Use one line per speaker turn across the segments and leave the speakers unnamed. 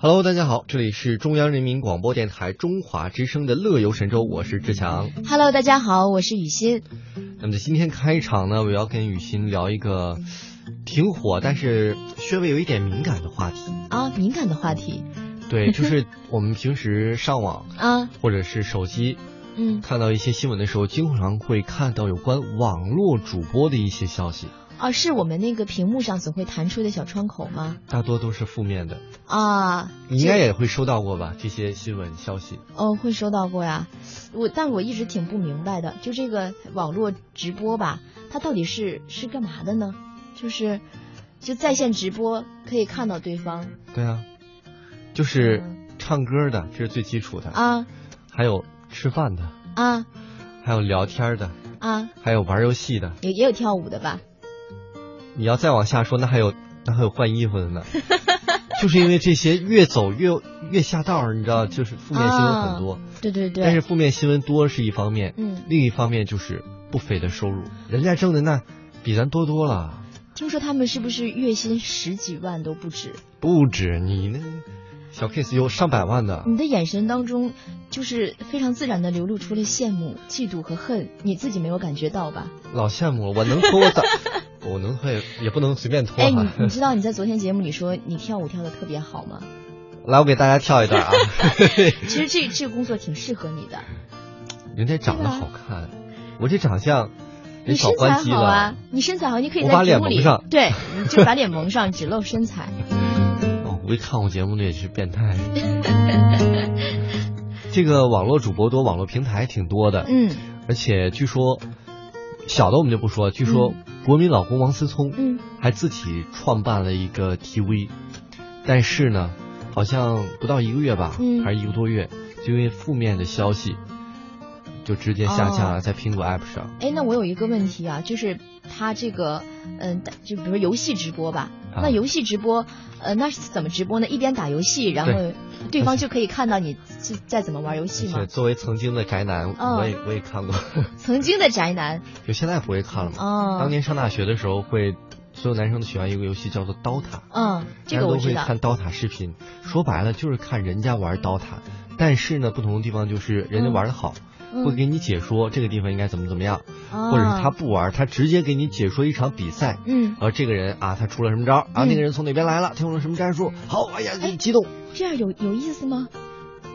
Hello，大家好，这里是中央人民广播电台中华之声的《乐游神州》，我是志强。
Hello，大家好，我是雨欣。
那么在今天开场呢，我要跟雨欣聊一个挺火，但是稍微有一点敏感的话题。
啊，敏感的话题
对， 就是我们平时上网
啊，
或者是手机
嗯，
看到一些新闻的时候，经常会看到有关网络主播的一些消息，
啊，是我们那个屏幕上总会弹出的小窗口吗？
大多都是负面的。
啊，
你应该也会收到过吧？这些新闻消息。
哦，会收到过呀。我，但我一直挺不明白的，就这个网络直播吧，它到底是是干嘛的呢？就是，就在线直播可以看到对方
对啊，就是唱歌的，这是最基础的。
啊
还有吃饭的，
啊
还有聊天的，
啊，
还有玩游戏的。
也也有跳舞的吧？
你要再往下说，那还有那还有换衣服的 呢。就是因为这些越走越越下道儿，你知道，就是负面新闻很多。
对对啊对，
但是负面新闻多是一方面，
嗯，
另一方面就是不菲的收入，人家挣的那比咱多多了，
听说他们是不是月薪十几万都不止？
不止你那小 case 有上百万的。
你的眼神当中，就是非常自然的流露出了羡慕、嫉妒和恨，你自己没有感觉到吧？
老羡慕了，我能拖我 咋？我能拖也也不能随便啊拖
哎，
哈、
你你知道你在昨天节目里说你跳舞跳的特别好吗？
来，我给大家跳一段啊。
其实这这个工作挺适合你的，
人家长得好看，我这长相，
你
人少
身材
关机
好啊
了。，
你身材好，你可以
我
在
把
节
脸
目
蒙
里
上
对， 你就把脸蒙上，只露身材。
哦，估计看我节目的也是变 态。这个网络主播多，网络平台挺多的，
嗯
而且据说小的我们就不说，据说国民老公王思聪
嗯，
还自己创办了一个 TV，但是呢，好像不到一个月吧，
嗯
还是一个多月，就因为负面的消息，就直接下架了，
哦
在苹果 App 上
哎，那我有一个问题啊，就是他这个嗯，就比如说游戏直播吧，
啊
那游戏直播呃，那是怎么直播呢？一边打游戏，然后
对
对方就可以看到你在在怎么玩游戏
而
吗
且？作为曾经的宅男，
哦
我也我也看过，
曾经的宅男
就现在不会看了嘛。
哦，
嗯当年上大学的时候会，所有男生都喜欢一个游戏叫做刀塔，
嗯，这个
大
我
家都
知
会
道，
看刀塔视频。说白了就是看人家玩刀塔，但是呢，不同的地方就是人家玩的好，
嗯
会给你解说这个地方应该怎么怎么样，
啊
或者是他不玩，他直接给你解说一场比赛。
嗯，
而这个人啊，他出了什么招儿啊？
嗯
那个人从哪边来了？他用了什么战术？好，哎呀，
哎
激动，
这样有有意思吗？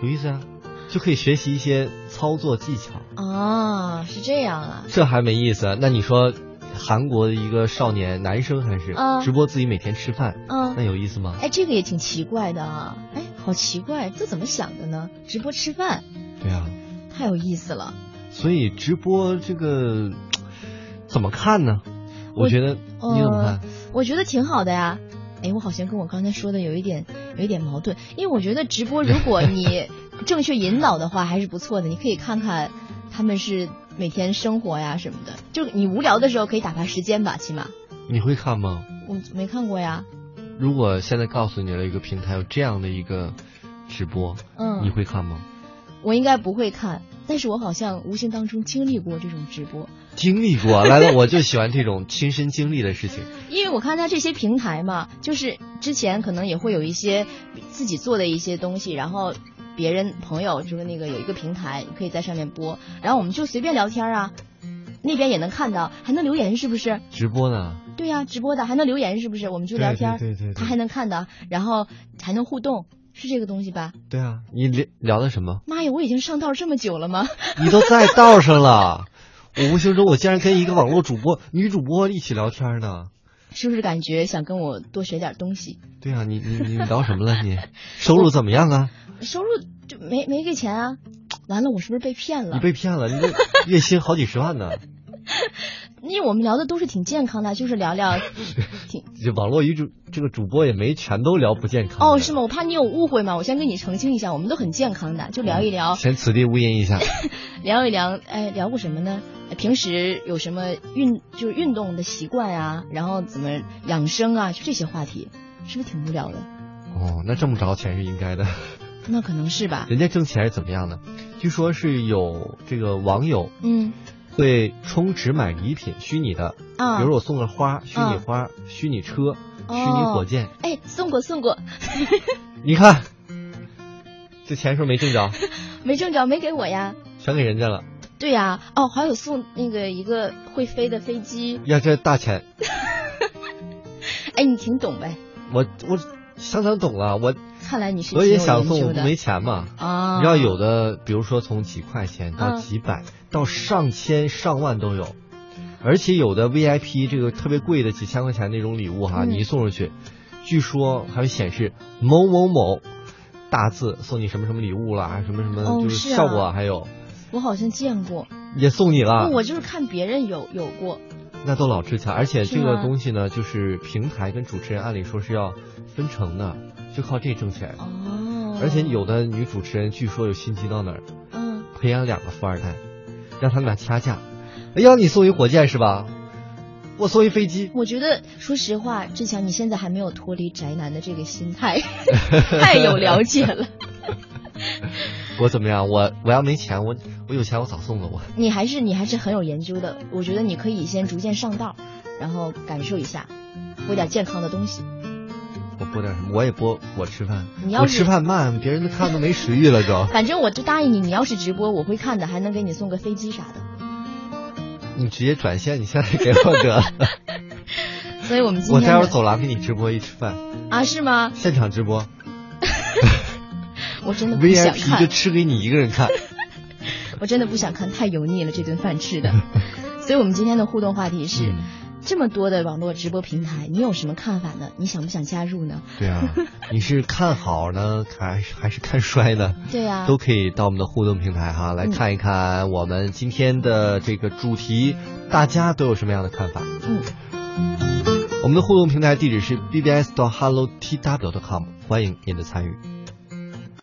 有意思啊，就可以学习一些操作技巧。
啊，是这样啊，
这还没意思。那你说，韩国的一个少年，男生还是、
嗯
直播自己每天吃饭，那
嗯，
有意思吗？
哎，这个也挺奇怪的啊，哎，好奇怪，这怎么想的呢？直播吃饭
对啊，
太有意思了，
所以直播这个怎么看呢？
我
我觉得
呃
你怎么看？
我觉得挺好的呀。哎，我好像跟我刚才说的有一点有一点矛盾，因为我觉得直播如果 你正确引导的话还是不错的，你可以看看他们是每天生活呀什么的，就你无聊的时候可以打发时间吧，起码
你会看吗？
我没看过呀，
如果现在告诉你了一个平台有这样的一个直播，
嗯，
你会看吗？
我应该不会看，但是我好像无形当中经历过这种直播，
经历过，来了，我就喜欢这种亲身经历的事情。
因为我看它这些平台嘛，就是之前可能也会有一些自己做的一些东西，然后别人朋友就是那个有一个平台可以在上面播，然后我们就随便聊天啊，那边也能看到，还能留言是不是？
直播呢？
对呀、直播的还能留言是不是？我们就聊天儿，
对对对对
他还能看到，然后还能互动，是这个东西吧？
对啊，你聊聊的什么？
妈呀，我已经上道这么久了吗？
你都在道上了，我无形中我竟然跟一个网络主播、女主播一起聊天呢。
是不是感觉想跟我多学点东西？
对啊，你你你聊什么了？你收入怎么样啊？
收入就没没给钱啊。完了，我是不是被骗
你
了？
被骗了，你 这月薪好几十万呢。
因为我们聊的都是挺健康的，就是聊 聊挺
这网络女主这个主播也没全都聊不健康的
哦，是吗？我怕你有误会嘛，我先跟你澄清一下，我们都很健康的，就聊一聊，
先此地无银一下。
聊一聊，哎，聊过什么呢？哎平时有什么运就是运动的习惯啊，然后怎么养生啊，就这些话题，是不是挺无聊的？
哦，那挣不着钱是应该的。
那可能是吧。
人家挣钱是怎么样的？据说是有这个网友
嗯
会充值买礼品，虚拟的，
啊
比如，我送了花，虚
嗯哦
拟花，虚拟车，虚拟火箭。
哎，送过送过，
你看，这钱是不是没挣着，
没挣着，没给我呀。
全给人家了。
对呀、哦，还有送那个一个会飞的飞机，
呀，这大钱，
哎，你挺懂呗，
我我相当懂了。我
看来你是
我也
挺有
想
研
送，
究
我
的
没钱嘛。
啊。
你知道有的，比如说从几块钱到
嗯
几百，到上千、上万都有，而且有的 VIP 这个特别贵的几千块钱那种礼物哈，
嗯
你一送出去，据说还会显示某某某大字送你什么什么礼物啦，什么什
哦
么，就是
是啊
效果啊还有
我好像见过，
也送你了。
我就是看别人有有过，
那都老值钱，而且
是
这个
吗
东西呢，就是平台跟主持人按理说是要分成的，就靠这挣钱。
哦。
而且有的女主持人据说有心机到哪儿，
嗯，
培养两个富二代，让他们俩掐架。哎呀，你送一火箭是吧？我送一飞机，
我觉得说实话，志强，你现在还没有脱离宅男的这个 心态，太有了解了。
我怎么样？我我要没钱，我我有钱我早送了我。
你还是你还是很有研究的，我觉得你可以先逐渐上道，然后感受一下，播点健康的东西。
我播点什么？我也播我吃饭，
你要
我
是
吃饭慢，别人都看都没食欲了都。
反正我就答应你，你要是直播，我会看的，还能给你送个飞机啥的。
你直接转线，你现在给我得了，
所以我们今
我待
天
会儿
的
走廊给你直播一吃饭，
啊，是吗？
现场直播。
我真的不嗯想
VIP 就
看，
吃给你一个人 看。
我真的不想看，太油腻了，这顿饭吃 的。所以我们今天的互动话题是。
嗯
这么多的网络直播平台，你有什么看法呢？你想不想加入呢？
对啊，你是看好呢，还是还是看衰呢？
对呀、
都可以到我们的互动平台哈，来
啊嗯
看一看我们今天的这个主题，大家都有什么样的看法？
嗯，
我们的互动平台地址是 bbs 到 hello t w 的 com，欢迎您的参与。